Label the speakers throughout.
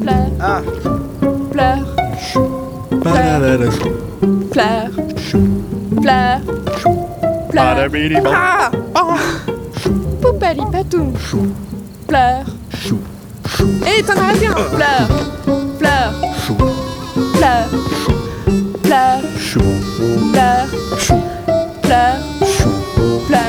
Speaker 1: pleure,
Speaker 2: Ah,
Speaker 1: pleure,
Speaker 3: Banana,
Speaker 1: pleure, pleure, pleure.
Speaker 3: Badabidi, bam.
Speaker 1: Ah oh. Poupali patoum. Pleure.
Speaker 3: Chou. Euh.
Speaker 1: Eh, t'en as bien. Pleure. Pleure.
Speaker 3: Chou.
Speaker 1: Pleure. Pleure.
Speaker 3: Chou.
Speaker 1: Pleure.
Speaker 3: Chou.
Speaker 1: Pleure. Pleure.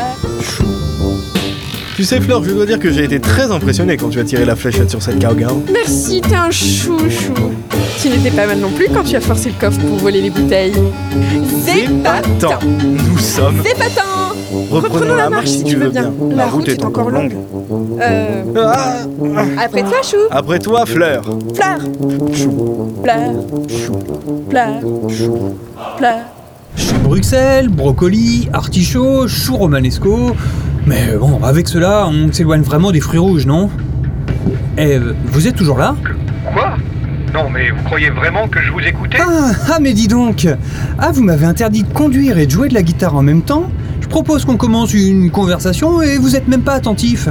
Speaker 2: tu sais, Flore, je dois dire que j'ai été très impressionné quand tu as tiré la fléchette sur cette cowgirl.
Speaker 4: Merci, t'es un chou, chou. Tu n'étais pas mal non plus quand tu as forcé le coffre pour voler les bouteilles.
Speaker 2: Tant.
Speaker 4: Zépatant
Speaker 2: Nous sommes.
Speaker 4: Zépatant
Speaker 2: Reprenons la marche si tu veux bien.
Speaker 4: La route est encore longue. Euh...
Speaker 2: Ah,
Speaker 4: Après toi, chou
Speaker 2: Après toi, Fleur.
Speaker 1: Pleure. Pleure. Pleure. Pleure.
Speaker 5: Chou Bruxelles, brocoli, artichaut, chou romanesco. Mais bon, avec cela, on s'éloigne vraiment des fruits rouges, non Eh, vous êtes toujours là
Speaker 6: Quoi Non, mais vous croyez vraiment que je vous écoutais
Speaker 5: ah, ah, mais dis donc Ah, vous m'avez interdit de conduire et de jouer de la guitare en même temps Je propose qu'on commence une conversation et vous êtes même pas attentif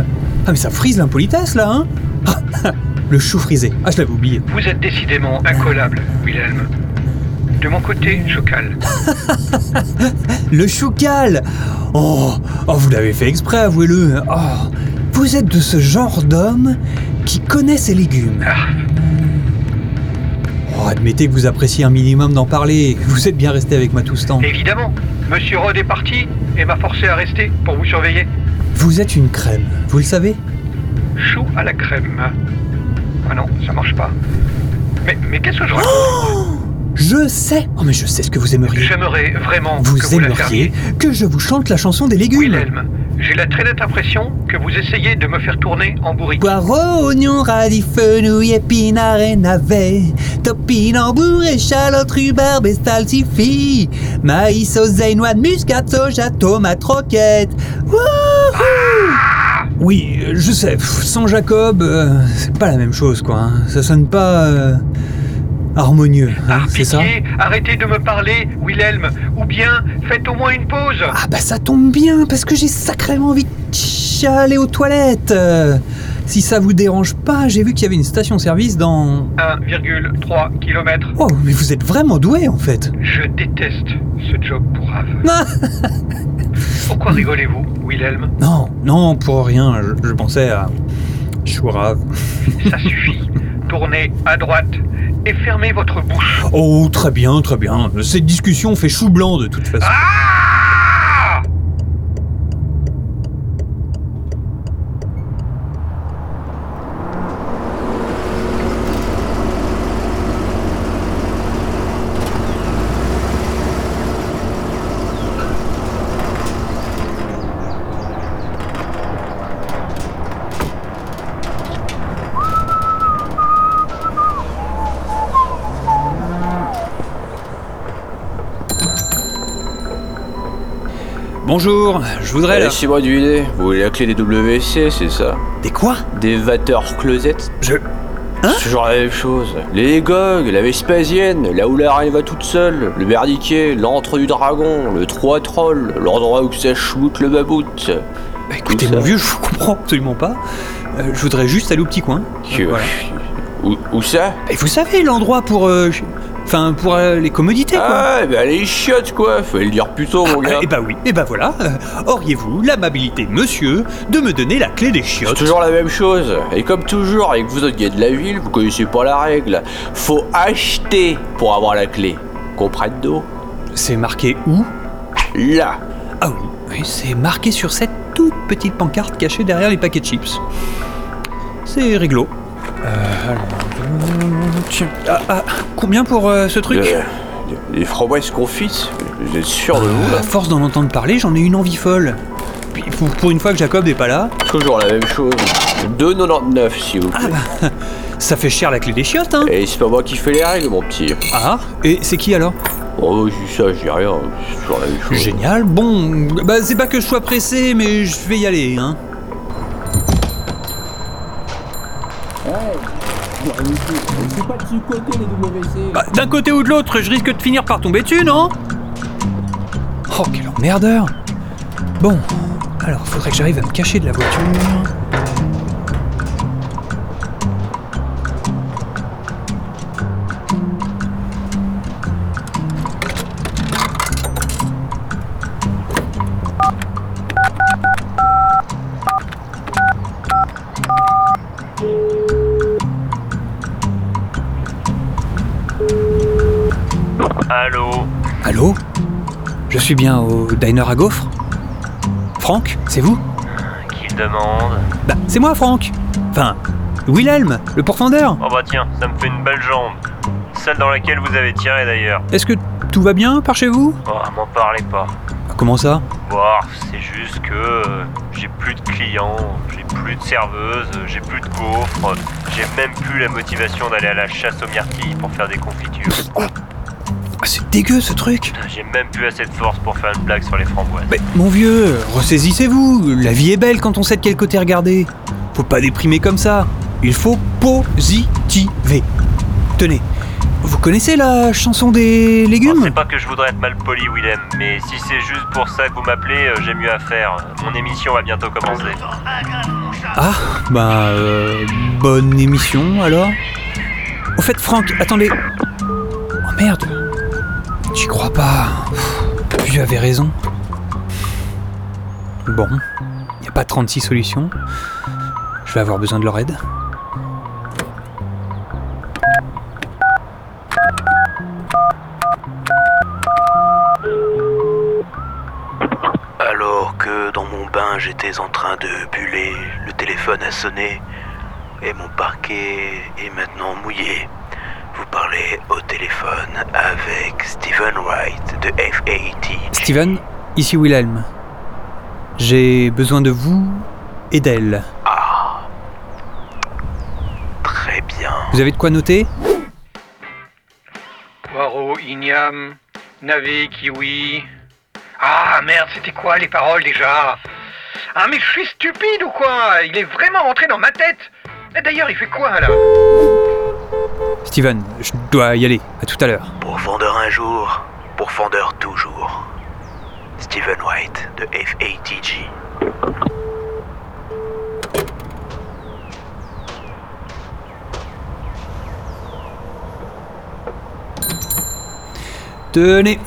Speaker 5: Ah, mais ça frise l'impolitesse, là, hein Ah, ah, Le chou frisé. Ah, je l'avais oublié.
Speaker 6: Vous êtes décidément incollable, Wilhelm. De mon côté, je cale.
Speaker 5: Le choucal Oh, oh, vous l'avez fait exprès, avouez-le. Oh, vous êtes de ce genre d'homme qui connaît ses légumes. Oh, admettez que vous appréciez un minimum d'en parler. Vous êtes bien resté avec moi tout ce temps.
Speaker 6: Évidemment, Monsieur Rod est parti et m'a forcé à rester pour vous surveiller.
Speaker 5: Vous êtes une crème, vous le savez
Speaker 6: Chou à la crème. Ah non, ça marche pas. Mais, mais qu'est-ce que je raconte
Speaker 5: Je sais Oh, mais je sais ce que vous aimeriez.
Speaker 6: J'aimerais vraiment
Speaker 5: Vous
Speaker 6: que vous la fermiez.
Speaker 5: aimeriez que je vous chante la chanson des légumes.
Speaker 6: Wilhelm, j'ai la très nette impression que vous essayez de me faire tourner en bourrique.
Speaker 5: Poireaux, oignons, radis, fenouil, épinards et navets, topinambour, échalote, rhubarbe et salsifis, maïs, oseille, noix de muscade, soja, tomate, roquette. Wouhou oui, euh, je sais, pff, sans Jacob, euh, c'est pas la même chose, quoi. hein. Ça sonne pas euh, harmonieux, hein,
Speaker 6: Ah,
Speaker 5: c'est ça
Speaker 6: pitié, arrêtez de me parler, Wilhelm, ou bien faites au moins une pause.
Speaker 5: Ah bah ça tombe bien, parce que j'ai sacrément envie de aller aux toilettes. Euh, si ça vous dérange pas, j'ai vu qu'il y avait une station-service dans
Speaker 6: 1,3 km.
Speaker 5: Oh, mais vous êtes vraiment doué en fait.
Speaker 6: Je déteste ce job pourrave.
Speaker 5: Ah
Speaker 6: Pourquoi rigolez-vous, Wilhelm
Speaker 5: non, non, pour rien, je, je pensais à Chourave.
Speaker 6: Ça suffit. Tournez à droite et fermez votre bouche.
Speaker 5: Oh, très bien, très bien. Cette discussion fait chou blanc de toute façon. Bonjour, je voudrais la...
Speaker 7: Laissez-moi deviner, vous voulez la clé des WC, c'est ça
Speaker 5: Des quoi
Speaker 7: Des Vater Closet
Speaker 5: Je...
Speaker 7: C'est toujours la même chose. Les gogues, la Vespasienne, là où la reine va toute seule, le berdiquet, l'antre du dragon, le 3 troll, l'endroit où ça shoote le babout.
Speaker 5: Bah, écoutez,
Speaker 7: Où ça
Speaker 5: mon vieux, je vous comprends absolument pas. Euh, je voudrais juste aller au petit coin.
Speaker 7: Que-
Speaker 5: Voilà.
Speaker 7: Où, où ça
Speaker 5: Et vous savez, l'endroit pour... euh, ch- Enfin, pour euh, les commodités, quoi.
Speaker 7: Ah, bah les chiottes quoi, fallait le dire plus tôt mon gars.
Speaker 5: Eh bah oui, et bah voilà. Euh, Auriez-vous l'amabilité, monsieur, de me donner la clé des
Speaker 7: C'est
Speaker 5: chiottes
Speaker 7: toujours la même chose. Et comme toujours, avec vous autres gars de la ville, vous connaissez pas la règle. Faut acheter pour avoir la clé. Comprendre d'eau
Speaker 5: C'est marqué où
Speaker 7: Là.
Speaker 5: Ah oui, oui, c'est marqué sur cette toute petite pancarte cachée derrière les paquets de chips. C'est réglo. Euh, alors, euh, tiens. Ah, ah, combien pour euh, ce truc
Speaker 7: Euh, les framboises confites Vous êtes sûr de vous là
Speaker 5: À Oh, force d'en entendre parler, j'en ai une envie folle. Puis, pour, pour une fois que Jacob n'est pas là,
Speaker 7: Toujours la même chose. 2,99 si vous plaît.
Speaker 5: ça fait cher la clé des chiottes, hein
Speaker 7: Et c'est pas moi qui fais les règles, mon petit.
Speaker 5: Ah, et c'est qui alors
Speaker 7: Oh, je dis ça, je dis rien. C'est toujours la même chose.
Speaker 5: Génial, bon, bah c'est pas que je sois pressé, mais je vais y aller, hein. Bah, d'un côté ou de l'autre, je risque de finir par tomber dessus, non Oh, quel emmerdeur Bon, alors, faudrait que j'arrive à me cacher de la voiture.
Speaker 8: Allô
Speaker 5: Allô Je suis bien au diner à gaufres Franck, c'est vous
Speaker 8: Qui demande
Speaker 5: Bah, c'est moi, Franck Enfin, Wilhelm, le pourfendeur
Speaker 8: Oh bah tiens, ça me fait une belle jambe. Celle dans laquelle vous avez tiré d'ailleurs.
Speaker 5: Est-ce que tout va bien par chez vous
Speaker 8: Oh, m'en parlez pas.
Speaker 5: Ah, Comment ça
Speaker 8: Bah, c'est juste que euh, j'ai plus de clients, j'ai plus de serveuses, j'ai plus de gaufres, j'ai même plus la motivation d'aller à la chasse aux myrtilles pour faire des confitures.
Speaker 5: Ah, C'est dégueu ce truc
Speaker 8: J'ai même plus assez de force pour faire une blague sur les framboises.
Speaker 5: Mais mon vieux, ressaisissez-vous, la vie est belle quand on sait de quel côté regarder. Faut pas déprimer comme ça, il faut positiver. Tenez, vous connaissez la chanson des
Speaker 8: Alors,
Speaker 5: légumes
Speaker 8: c'est pas que je voudrais être mal poli, Willem, mais si c'est juste pour ça que vous m'appelez, euh, j'ai mieux à faire. Mon émission va bientôt commencer.
Speaker 5: Ah, bah, euh, bonne émission alors. Au fait, Franck, attendez. Oh merde, j'y crois pas. Pff, Vieux avait raison. Bon, y a pas 36 solutions. Je vais avoir besoin de leur aide.
Speaker 9: Alors que dans mon bain j'étais en train de buller, le téléphone a sonné et mon parquet est maintenant mouillé. Vous parlez au téléphone avec Stephen Wright de FAT.
Speaker 5: Steven, ici Wilhelm. J'ai besoin de vous et d'elle.
Speaker 9: Très bien.
Speaker 5: Vous avez de quoi noter
Speaker 6: Poirot, Ignam, Navé, Kiwi. Ah merde, c'était quoi les paroles déjà Ah mais je suis stupide ou quoi Il est vraiment rentré dans ma tête Et D'ailleurs, il fait quoi là
Speaker 5: Steven, je dois y aller. À tout à l'heure.
Speaker 9: Pourfendeur un jour, pourfendeur toujours. Stephen White de FATG.
Speaker 5: Tenez.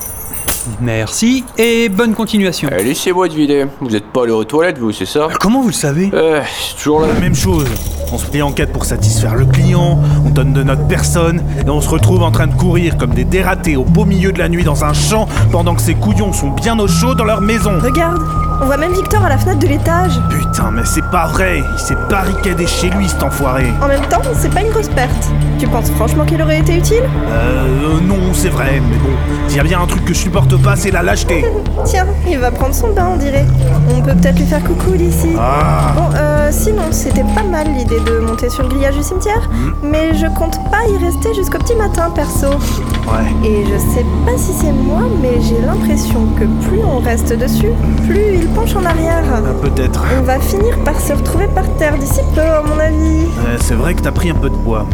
Speaker 5: Merci et bonne continuation.
Speaker 7: Eh, Laissez-moi de vider. Vous êtes pas allé aux toilettes, vous, c'est ça
Speaker 5: Comment vous le savez
Speaker 7: Eh, c'est toujours là.
Speaker 3: La même chose. On se met en quête pour satisfaire le client, on donne de notre personne, et on se retrouve en train de courir comme des dératés au beau milieu de la nuit dans un champ pendant que ces couillons sont bien au chaud dans leur maison.
Speaker 1: Regarde, on voit même Victor à la fenêtre de l'étage.
Speaker 3: Eh, Putain, mais c'est pas vrai, il s'est barricadé chez lui cet enfoiré.
Speaker 1: En même temps, c'est pas une grosse perte. Tu penses franchement qu'elle aurait été utile
Speaker 3: Euh, non, c'est vrai, mais bon, s'il y a bien un truc que je supporte pas, c'est la lâcheté.
Speaker 1: Tiens, il va prendre son bain, on dirait. On peut peut-être lui faire coucou d'ici.
Speaker 3: Ah,
Speaker 1: Bon, euh, sinon, c'était pas mal l'idée de monter sur le grillage du cimetière,
Speaker 3: Mhm.
Speaker 1: mais je compte pas y rester jusqu'au petit matin, perso.
Speaker 3: ouais.
Speaker 1: Et je sais pas si c'est moi, mais j'ai l'impression que plus on reste dessus, plus il penche en arrière.
Speaker 3: Ah, Peut-être.
Speaker 1: On va finir par se retrouver par terre d'ici peu, à mon avis.
Speaker 3: Euh, c'est vrai que t'as pris un peu de poids.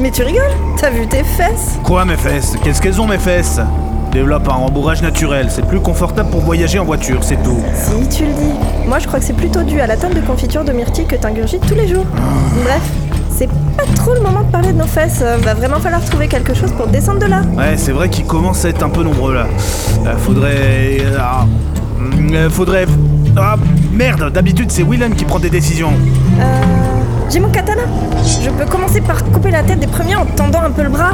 Speaker 1: Mais tu rigoles T'as vu tes fesses
Speaker 3: Quoi mes fesses Qu'est-ce qu'elles ont mes fesses Développe un rembourrage naturel, c'est plus confortable pour voyager en voiture, c'est tout.
Speaker 1: Si, tu le dis. Moi, je crois que c'est plutôt dû à la table de confiture de myrtille que t'ingurgites tous les jours.
Speaker 3: Ah.
Speaker 1: Bref, c'est pas trop le moment de parler de nos fesses. Euh, Va vraiment falloir trouver quelque chose pour descendre de là.
Speaker 3: Ouais, c'est vrai qu'ils commencent à être un peu nombreux là. Euh, faudrait. ah, euh, faudrait. Ah merde, d'habitude c'est Willem qui prend des décisions.
Speaker 1: Euh... J'ai mon katana. Je peux commencer par couper la tête des premiers en tendant un peu le bras.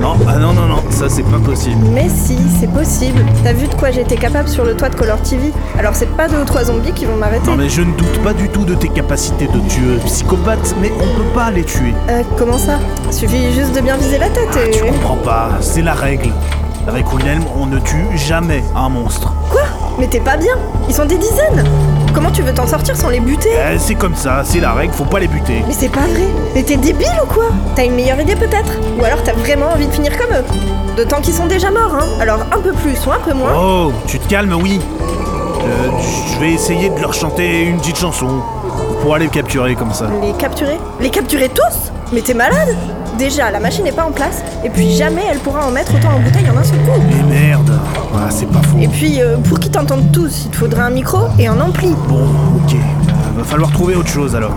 Speaker 3: Non, ah non, non, non, ça c'est pas possible.
Speaker 1: Mais si, c'est possible. T'as vu de quoi j'étais capable sur le toit de Color TV. Alors c'est pas deux ou trois zombies qui vont m'arrêter.
Speaker 3: Non mais je ne doute pas du tout de tes capacités de tueur psychopathe, mais on peut pas les tuer. Ah,
Speaker 1: Euh, comment ça Suffit juste de bien viser la tête et...
Speaker 3: Tu comprends pas, c'est la règle. Avec Willem, on ne tue jamais un monstre.
Speaker 1: Quoi Mais t'es pas bien Ils sont des dizaines Comment tu veux t'en sortir sans les buter
Speaker 3: Eh, c'est comme ça, c'est la règle, faut pas les buter.
Speaker 1: Mais c'est pas vrai Mais t'es débile ou quoi T'as une meilleure idée peut-être Ou alors t'as vraiment envie de finir comme eux D'autant qu'ils sont déjà morts, hein Alors un peu plus ou un peu moins
Speaker 3: Oh, tu te calmes, oui. Euh, je vais essayer de leur chanter une petite chanson. Pour aller les capturer comme ça.
Speaker 1: Les capturer Les capturer tous Mais t'es malade Déjà, la machine n'est pas en place, et puis jamais elle pourra en mettre autant en bouteille en un seul coup.
Speaker 3: Mais Eh, merde, ah, c'est pas faux.
Speaker 1: Et puis, euh, pour qu'ils t'entendent tous, il te faudrait un micro et un ampli.
Speaker 3: Bon, ok. Euh, va falloir trouver autre chose alors.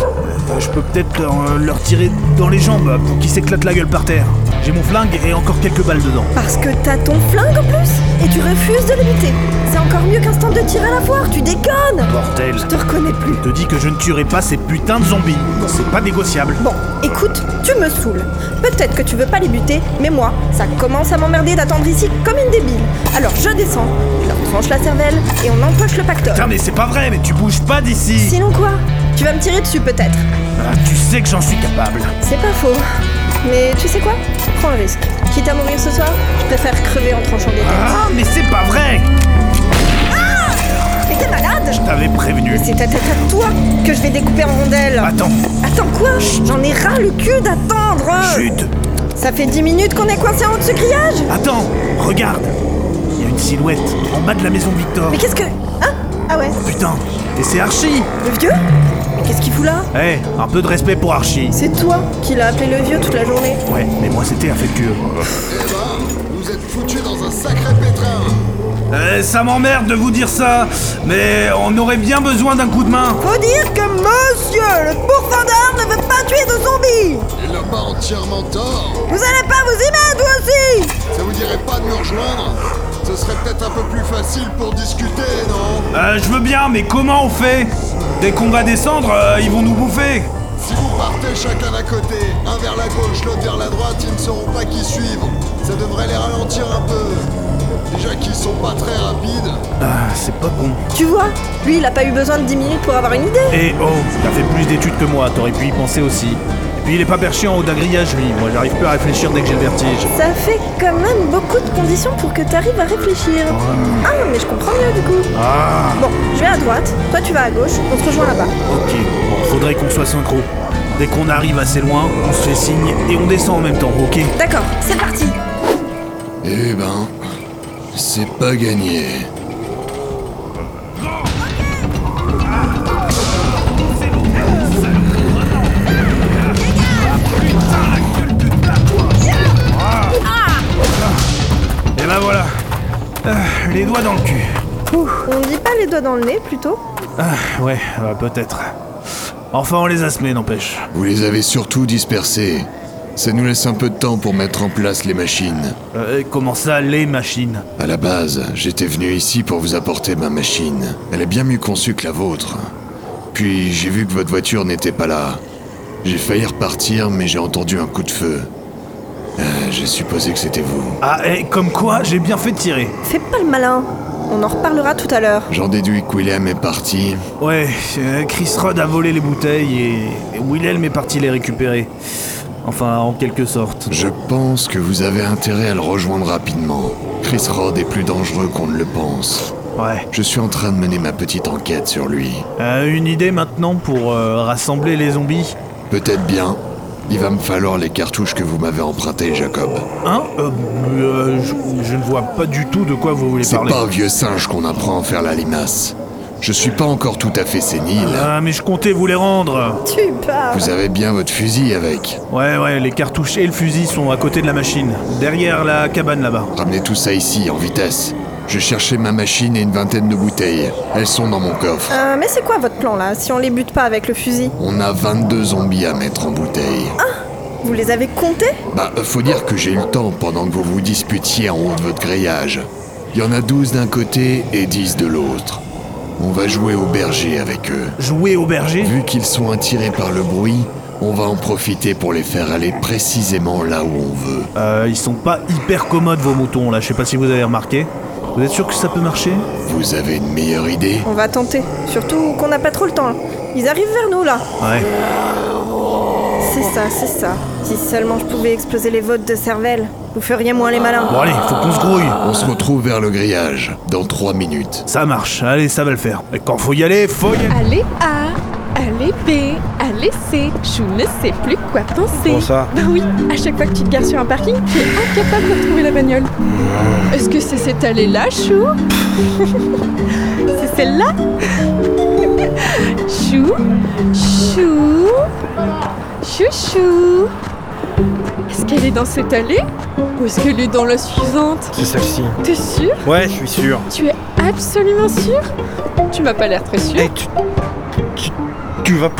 Speaker 3: Euh, Euh, je peux peut-être leur, euh, leur tirer dans les jambes euh, pour qu'ils s'éclatent la gueule par terre. J'ai mon flingue et encore quelques balles dedans.
Speaker 1: Parce que t'as ton flingue en plus Et tu refuses de le buter C'est encore mieux qu'un stand de tir à la foire, tu déconnes
Speaker 3: Bordel
Speaker 1: Je te reconnais plus.
Speaker 3: Je te dis que je ne tuerai pas ces putains de zombies. C'est pas négociable.
Speaker 1: Bon, écoute, tu me saoules. Peut-être que tu veux pas les buter, mais moi, ça commence à m'emmerder d'attendre ici comme une débile. Alors je descends, je leur tranche la cervelle et on empoche le pactole.
Speaker 3: Putain mais c'est pas vrai, mais tu bouges pas d'ici
Speaker 1: Sinon quoi Tu vas me tirer dessus peut-être.
Speaker 3: Ah, Tu sais que j'en suis capable.
Speaker 1: C'est pas faux. Mais tu sais quoi Prends un risque. Quitte à mourir ce soir, je préfère crever en tranchant des têtes.
Speaker 3: Ah mais c'est pas vrai
Speaker 10: Ah.
Speaker 1: Mais t'es malade
Speaker 3: T'avais prévenu.
Speaker 1: Mais c'est ta tête à toi que je vais découper en rondelles.
Speaker 10: Ah.
Speaker 3: Attends,
Speaker 1: Attends quoi J'en ai ras le cul d'attendre
Speaker 3: chut
Speaker 1: Ça fait 10 minutes qu'on est coincé en haut de ce grillage
Speaker 3: Attends, regarde Il y a une silhouette en bas de la maison de Victor.
Speaker 1: Mais qu'est-ce que. Hein Ah ouais,
Speaker 3: Putain, et c'est Archie
Speaker 1: le vieux Mais qu'est-ce qu'il fout là
Speaker 3: Eh, un peu de respect pour Archie.
Speaker 1: C'est toi qui l'as appelé le vieux toute la journée.
Speaker 3: Ouais, mais moi c'était affectueux.
Speaker 10: Vous êtes foutus dans un sacré pétrin
Speaker 3: Euh, ça m'emmerde de vous dire ça, mais on aurait bien besoin d'un coup de main.
Speaker 1: Faut dire que monsieur le pourfendeur ne veut pas tuer de zombies
Speaker 10: Il n'a pas entièrement tort
Speaker 1: Vous allez pas vous y mettre, vous aussi
Speaker 10: Ça vous dirait pas de nous rejoindre Ce serait peut-être un peu plus facile pour discuter, non
Speaker 3: Euh, je veux bien, mais comment on fait Dès qu'on va descendre, euh, ils vont nous bouffer.
Speaker 10: Si vous partez chacun d'un côté, un vers la gauche, l'autre vers la droite, ils ne sauront pas qui suivre. Ça devrait les ralentir un peu. Déjà qu'ils sont pas très rapides.
Speaker 3: Ah, c'est pas bon.
Speaker 1: Tu vois, lui il a pas eu besoin de 10 minutes pour avoir une idée.
Speaker 3: Et oh, t'as fait plus d'études que moi, t'aurais pu y penser aussi. Et puis il est pas perché en haut d'un grillage, lui. Moi, j'arrive plus à réfléchir dès que j'ai le vertige.
Speaker 1: Ça fait quand même beaucoup de conditions pour que t'arrives à réfléchir. Ah, mais je comprends mieux du coup.
Speaker 3: Ah,
Speaker 1: Bon, je vais à droite, toi tu vas à gauche, on se rejoint là-bas.
Speaker 3: ok. Bon, faudrait qu'on soit synchro. Dès qu'on arrive assez loin, on se fait signe et on descend en même temps, ok
Speaker 1: D'accord, c'est parti
Speaker 10: Eh ben, c'est pas gagné.
Speaker 3: Et ben voilà. Ah, les doigts dans le cul.
Speaker 1: Ouh, On dit pas les doigts dans le nez plutôt
Speaker 3: Ah, ouais, euh, peut-être. Enfin, on les a semés, n'empêche.
Speaker 10: Vous les avez surtout dispersés. Ça nous laisse un peu de temps pour mettre en place les machines.
Speaker 3: Euh, comment ça, les machines
Speaker 10: À la base, j'étais venu ici pour vous apporter ma machine. Elle est bien mieux conçue que la vôtre. Puis j'ai vu que votre voiture n'était pas là. J'ai failli repartir, mais j'ai entendu un coup de feu. Euh, j'ai supposé que c'était vous.
Speaker 3: Ah, et comme quoi, j'ai bien fait de tirer.
Speaker 1: Fais pas le malin, on en reparlera tout à l'heure.
Speaker 10: J'en déduis que Willem est parti.
Speaker 3: Ouais, euh, Chris Rod a volé les bouteilles et, et Willem est parti les récupérer. Enfin, en quelque sorte.
Speaker 10: Je pense que vous avez intérêt à le rejoindre rapidement. Chris Rod est plus dangereux qu'on ne le pense.
Speaker 3: Ouais.
Speaker 10: Je suis en train de mener ma petite enquête sur lui.
Speaker 3: Euh, une idée maintenant pour euh, rassembler les zombies
Speaker 10: Peut-être bien. Il va me falloir les cartouches que vous m'avez empruntées, Jacob.
Speaker 3: Hein Euh, euh, je, je ne vois pas du tout de quoi vous voulez
Speaker 10: C'est
Speaker 3: parler.
Speaker 10: pas un vieux singe qu'on apprend à faire la limace. Je suis pas encore tout à fait sénile.
Speaker 3: Ah, mais je comptais vous les rendre.
Speaker 1: Tu pars
Speaker 10: Vous avez bien votre fusil avec.
Speaker 3: Ouais, ouais, les cartouches et le fusil sont à côté de la machine, derrière la cabane là-bas.
Speaker 10: Ramenez tout ça ici, en vitesse. Je cherchais ma machine et une vingtaine de bouteilles. Elles sont dans mon coffre.
Speaker 1: Euh, mais c'est quoi votre plan là, si on les bute pas avec le fusil Ah,
Speaker 10: On a 22 zombies à mettre en bouteille.
Speaker 1: Vous les avez comptés
Speaker 10: Bah, euh, faut dire que j'ai eu le temps pendant que vous vous disputiez en haut de votre grillage. Il y en a 12 d'un côté et 10 de l'autre. On va jouer au berger avec eux.
Speaker 3: Jouer au berger
Speaker 10: Vu qu'ils sont attirés par le bruit, on va en profiter pour les faire aller précisément là où on veut.
Speaker 3: Euh, ils sont pas hyper commodes vos moutons là, je sais pas si vous avez remarqué. Vous êtes sûr que ça peut marcher
Speaker 10: Vous avez une meilleure idée
Speaker 1: On va tenter, surtout qu'on n'a pas trop le temps. hein. Ils arrivent vers nous là.
Speaker 3: Ouais.
Speaker 1: C'est ça, c'est ça. Si seulement je pouvais exploser les vôtres de cervelle, vous feriez moins les malins.
Speaker 3: Bon allez, faut qu'on se grouille.
Speaker 10: On se retrouve vers le grillage, dans 3 minutes.
Speaker 3: Ça marche, allez, ça va le faire. Et quand faut y aller, faut y aller.
Speaker 4: Allez A, allez B, allez C, je ne sais plus quoi penser.
Speaker 2: Comment ça
Speaker 4: Bah oui, à chaque fois que tu te gares sur un parking, tu es incapable de retrouver la bagnole. Est-ce que c'est cette allée-là, Chou C'est celle-là Chou, Chou, Chouchou. Est-ce qu'elle est dans cette allée Ou est-ce qu'elle est dans la suivante
Speaker 2: C'est celle-ci.
Speaker 4: T'es sûr
Speaker 2: Ouais, je suis sûr.
Speaker 4: Tu es absolument sûr Tu m'as pas l'air très sûr.
Speaker 2: Eh, tu, tu. Tu vas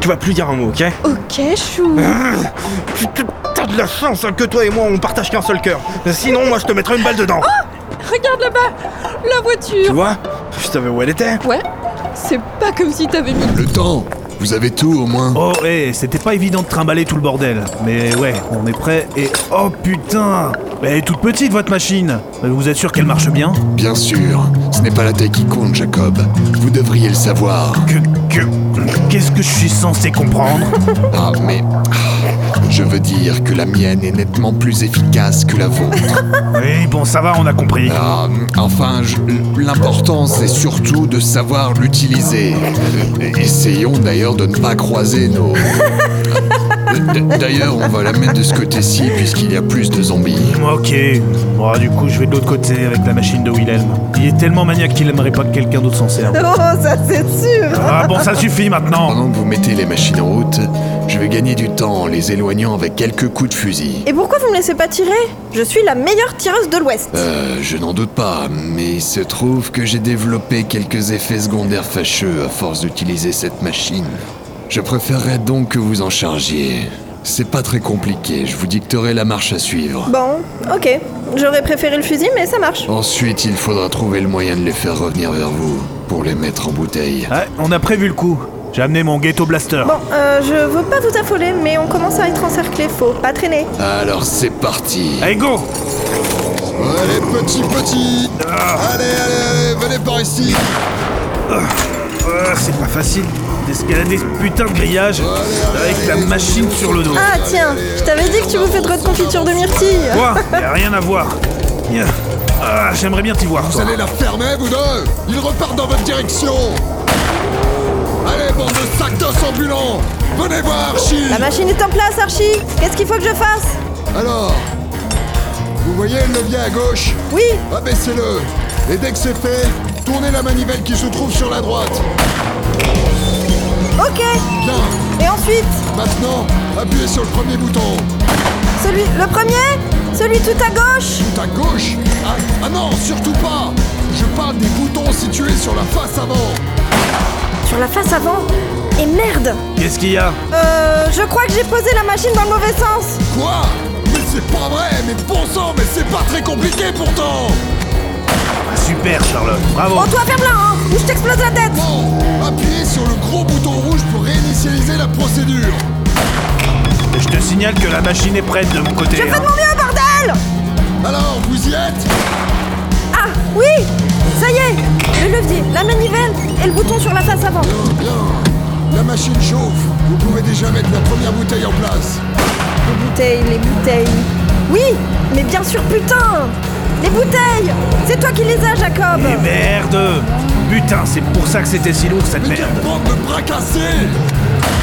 Speaker 2: Tu vas plus dire un mot, ok
Speaker 4: Ok, chou.
Speaker 2: Putain, T'as de la chance hein, que toi et moi on partage qu'un seul cœur. Sinon, moi je te mettrais une balle dedans.
Speaker 4: Regarde là-bas, la
Speaker 2: Tu
Speaker 4: voiture.
Speaker 2: vois Je savais où elle était.
Speaker 4: Ouais, c'est pas comme si t'avais mis.
Speaker 10: Le temps Vous avez tout au moins
Speaker 3: Oh, hé, c'était pas évident de trimballer tout le bordel. Mais ouais, on est prêt et. Oh putain Mais Elle est toute petite votre machine Euh, Vous êtes sûr qu'elle marche bien
Speaker 10: Bien sûr, ce n'est pas la taille qui compte, Jacob. Vous devriez le savoir.
Speaker 3: Que. que. Qu'est-ce que je suis censé comprendre
Speaker 10: Ah, mais. Je veux dire que la mienne est nettement plus efficace que la vôtre.
Speaker 3: Oui, bon, ça va, on a compris.
Speaker 10: Ah, enfin, je- l'important, c'est surtout de savoir l'utiliser. Euh, Essayons d'ailleurs de ne pas croiser nos. Euh, d- D'ailleurs, on va la mettre de ce côté-ci puisqu'il y a plus de zombies.
Speaker 3: Ok. Bon, du coup, je vais de l'autre côté avec la machine de Wilhelm. Il est tellement maniaque qu'il aimerait pas que quelqu'un d'autre s'en serve.
Speaker 1: Oh, ça c'est sûr
Speaker 3: Ah bon, ça suffit maintenant
Speaker 10: Pendant que vous mettez les machines en route, je vais gagner du temps en les éloignant avec quelques coups de fusil.
Speaker 1: Et pourquoi vous me laissez pas tirer Je suis la meilleure tireuse de l'Ouest.
Speaker 10: Euh, je n'en doute pas, mais il se trouve que j'ai développé quelques effets secondaires fâcheux à force d'utiliser cette machine. Je préférerais donc que vous en chargiez. C'est pas très compliqué, je vous dicterai la marche à suivre.
Speaker 1: Bon, ok. J'aurais préféré le fusil, mais ça marche.
Speaker 10: Ensuite, il faudra trouver le moyen de les faire revenir vers vous pour les mettre en bouteille.
Speaker 3: Ouais, on a prévu le coup. J'ai amené mon ghetto blaster.
Speaker 1: Bon, euh, je veux pas vous affoler, mais on commence à être encerclé, faut pas traîner.
Speaker 10: Alors c'est parti
Speaker 3: Allez, go
Speaker 10: Allez petit petit Allez allez allez, venez par ici
Speaker 3: Ah, C'est pas facile d'escalader ce putain de grillage avec la machine sur le dos.
Speaker 1: Ah tiens, je t'avais dit que tu bouffais trop de confiture de myrtille.
Speaker 3: Quoi Y'a rien à voir. Y'a- Ah, j'aimerais bien t'y voir, toi.
Speaker 10: la fermer, vous deux Ils repartent dans votre direction Allez, bande de sacs d'os ambulants Venez voir, Archie
Speaker 1: La machine est en place, Archie Qu'est-ce qu'il faut que je fasse
Speaker 10: Alors, vous voyez le levier à gauche
Speaker 1: Oui,
Speaker 10: Abaissez-le Et dès que c'est fait, tournez la manivelle qui se trouve sur la droite
Speaker 1: ok.
Speaker 10: Bien
Speaker 1: Et ensuite,
Speaker 10: Maintenant, appuyez sur le premier bouton
Speaker 1: celui... Le premier Celui tout à gauche
Speaker 10: Tout à gauche Ah, ah non, surtout pas Je parle des boutons situés sur la face avant
Speaker 1: Sur la face avant Et merde
Speaker 3: Qu'est-ce qu'il y a
Speaker 1: Euh, je crois que j'ai posé la machine dans le mauvais sens.
Speaker 10: Quoi Mais c'est pas vrai Mais bon sang, mais c'est pas très compliqué pourtant
Speaker 3: Ah, Super, Charlotte. Bravo.
Speaker 1: Bon, toi, ferme-la, hein, ou je t'explose la tête.
Speaker 10: Bon, appuyez sur le gros bouton rouge pour réinitialiser la procédure.
Speaker 3: Je te signale que la machine est prête de mon côté.
Speaker 1: Je fais
Speaker 3: hein.
Speaker 1: de mon mieux, bordel
Speaker 10: Alors, vous y êtes
Speaker 1: Ah, oui Ça y est Le levier, la manivelle et le bouton sur la face avant.
Speaker 10: Bien. La machine chauffe. Vous pouvez déjà mettre la première bouteille en place.
Speaker 1: Les bouteilles, les bouteilles. Oui, mais bien sûr, putain Les bouteilles C'est toi qui les as, Jacob
Speaker 3: Et merde Putain, c'est pour ça que c'était si lourd cette
Speaker 10: Mais quelle
Speaker 3: merde.
Speaker 10: bande de bras cassés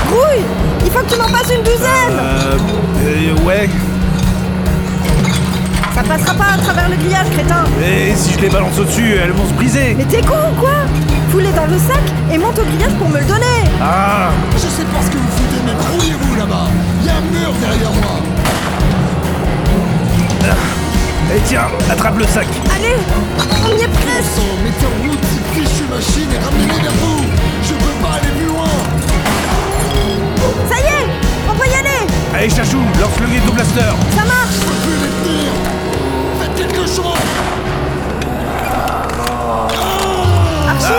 Speaker 1: Grouille Il faut que tu m'en passes une douzaine
Speaker 3: Euh, euh, ouais.
Speaker 1: Ça passera pas à travers le grillage, crétin
Speaker 3: Et si je les balance au-dessus, elles vont se briser.
Speaker 1: Mais t'es con ou quoi Fous-les dans le sac et monte au grillage pour me le donner
Speaker 3: Ah
Speaker 10: Je sais pas ce que vous foutez, mais grouillez-vous là-bas. Il y a un mur derrière moi.
Speaker 3: Et tiens, attrape le sac.
Speaker 1: Allez On y est
Speaker 10: Bon
Speaker 1: presque
Speaker 10: sang, mettez en route cette fichue machine et ramenez-les vers vous. Je peux pas aller plus loin.
Speaker 1: Ça y est On peut y aller
Speaker 3: Allez, Chachou, lance le ghetto blaster.
Speaker 1: Ça marche
Speaker 10: Je peux plus les tenir. Faites quelque chose.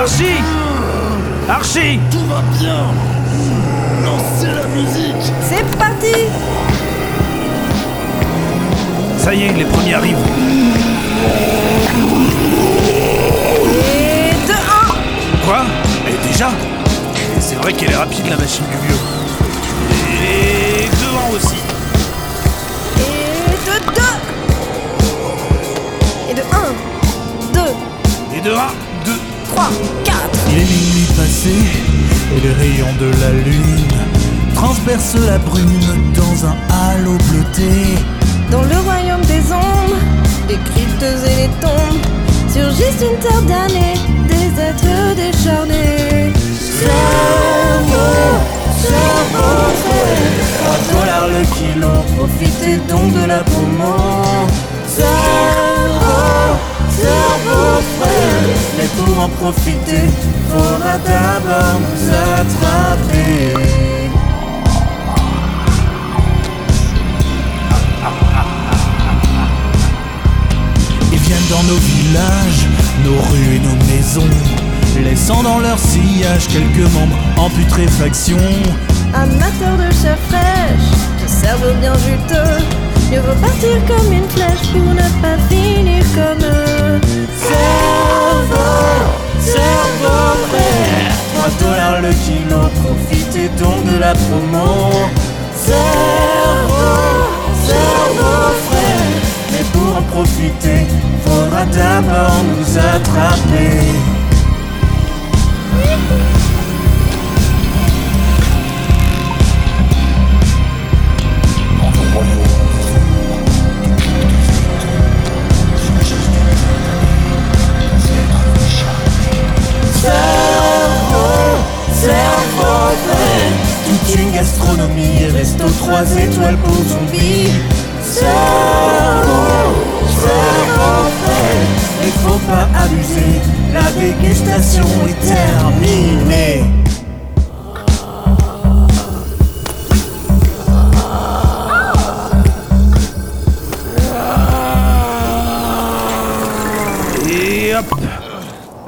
Speaker 3: Archie Archie
Speaker 10: Tout va bien. Lancez la musique.
Speaker 1: C'est parti
Speaker 3: Ça y est, les premiers arrivent.
Speaker 1: Et de 1
Speaker 3: Quoi Et déjà C'est vrai qu'elle est rapide la machine du vieux. Et devant aussi.
Speaker 1: Et de 2 Et de 1 2
Speaker 3: Et de 1, 2.
Speaker 1: 3 4
Speaker 3: Il est minuit passé et les rayons de la lune transpercent la brume dans un halo bleuté.
Speaker 1: Dans le royaume des ombres, les cryptes et les tombes, surgissent une terre d'années, des êtres décharnés. Cerveau, cerveau,
Speaker 3: Dollar le kilo.
Speaker 1: profitez donc de la pommon. Cerveau, cerveau, frère, mais pour en profiter, faudra d'abord nous attraper.
Speaker 11: dans nos villages, nos rues et nos maisons, laissant dans leur sillage quelques membres en putréfaction.
Speaker 1: Amateur de chair fraîche, de cerveau bien juteux, mieux vaut partir comme une flèche pour ne pas finir comme eux.
Speaker 11: Cerveau, cerveau frère, 3 dollars le kilo, profitez donc de la promo. Cerveau, cerveau frère, mais pour en profiter, faudra d'abord nous attraper. Cerveau, cerveau vrai Toute une gastronomie et resto 3 étoiles pour zombies Cerveau, cerveau vrai Mais faut pas abuser, la dégustation est terminée
Speaker 3: Et hop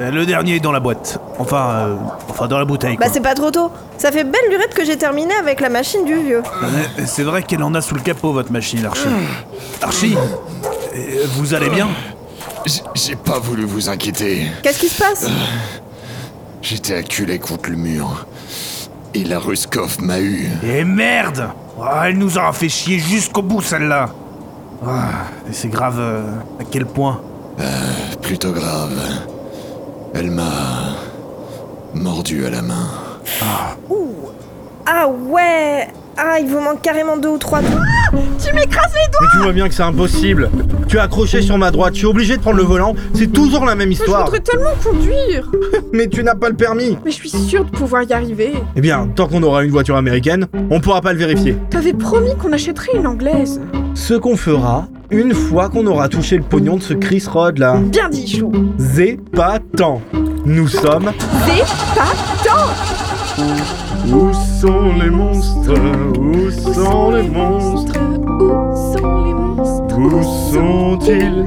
Speaker 3: Euh, Le dernier est dans la boîte. Enfin, euh, enfin dans la bouteille.
Speaker 1: Bah
Speaker 3: quoi.
Speaker 1: c'est pas trop tôt, ça fait belle lurette que j'ai terminé avec la machine du vieux.
Speaker 3: Euh, C'est vrai qu'elle en a sous le capot, votre machine, Archie. Archie euh, Vous allez bien
Speaker 10: J- J'ai pas voulu vous inquiéter.
Speaker 1: Qu'est-ce qui se passe
Speaker 10: J'étais acculé contre le mur. Et la Ruskov m'a eu.
Speaker 3: Et Eh, merde Ah, Elle nous aura fait chier jusqu'au bout, celle-là Ah, et C'est grave euh, à quel point
Speaker 10: Plutôt grave. Elle m'a. mordu à la main.
Speaker 1: Ah ouais Ah, il vous manque carrément deux ou trois doigts.
Speaker 4: Ah Tu m'écrases les doigts
Speaker 2: Mais tu vois bien que c'est impossible. Tu es accroché sur ma droite, je suis obligé de prendre le volant. C'est toujours la même
Speaker 4: Mais Je
Speaker 2: histoire.
Speaker 4: voudrais tellement conduire
Speaker 2: Mais tu n'as pas le permis.
Speaker 4: Mais je suis sûre de pouvoir y arriver
Speaker 2: Eh bien, tant qu'on aura une voiture américaine, on pourra pas le vérifier.
Speaker 4: T'avais promis qu'on achèterait une anglaise
Speaker 2: Ce qu'on fera une fois qu'on aura touché le pognon de ce Chris Rod là.
Speaker 4: Bien dit, Chou
Speaker 2: Zépatant. Nous sommes.
Speaker 4: Des patins
Speaker 2: Où sont les monstres Où
Speaker 4: Où sont les monstres Où sont les monstres
Speaker 2: Où sont-ils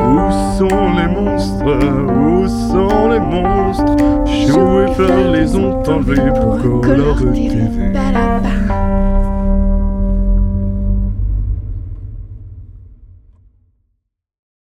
Speaker 2: Où sont les monstres Où sont les monstres Chou et Fleur les ont enlevés pour
Speaker 4: Color
Speaker 2: Color
Speaker 4: TV
Speaker 2: TV.
Speaker 4: Balaba